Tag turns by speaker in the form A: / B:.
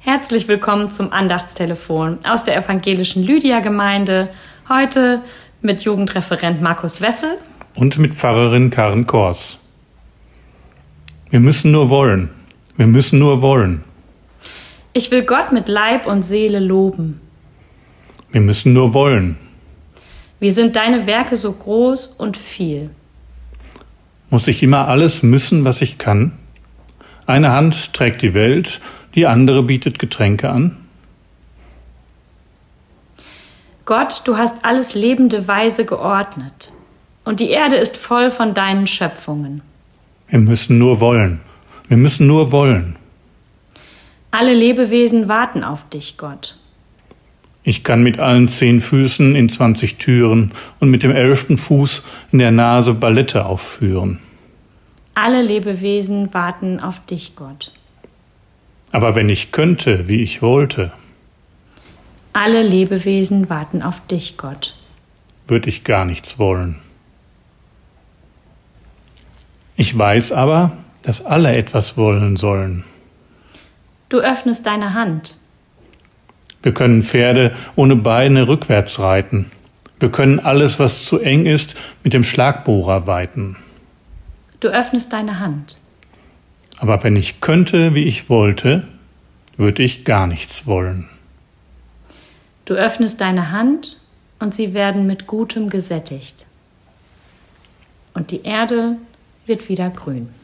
A: Herzlich willkommen zum Andachtstelefon aus der evangelischen Lydia-Gemeinde. Heute mit Jugendreferent Markus Wessel.
B: Und mit Pfarrerin Karen Kors. Wir müssen nur wollen. Wir müssen nur wollen.
A: Ich will Gott mit Leib und Seele loben.
B: Wir müssen nur wollen.
A: Wie sind deine Werke so groß und viel?
B: Muss ich immer alles müssen, was ich kann? Eine Hand trägt die Welt, die andere bietet Getränke an.
A: Gott, du hast alles lebende Weise geordnet. Und die Erde ist voll von deinen Schöpfungen.
B: Wir müssen nur wollen. Wir müssen nur wollen.
A: Alle Lebewesen warten auf dich, Gott.
B: Ich kann mit allen zehn Füßen in 20 Türen und mit dem elften Fuß in der Nase Ballette aufführen.
A: Alle Lebewesen warten auf dich, Gott.
B: Aber wenn ich könnte, wie ich wollte,
A: Alle Lebewesen warten auf dich, Gott.
B: würde ich gar nichts wollen. Ich weiß aber, dass alle etwas wollen sollen.
A: Du öffnest deine Hand.
B: Wir können Pferde ohne Beine rückwärts reiten. Wir können alles, was zu eng ist, mit dem Schlagbohrer weiten.
A: Du öffnest deine Hand.
B: Aber wenn ich könnte, wie ich wollte, würde ich gar nichts wollen.
A: Du öffnest deine Hand und sie werden mit Gutem gesättigt. Und die Erde wird wieder grün.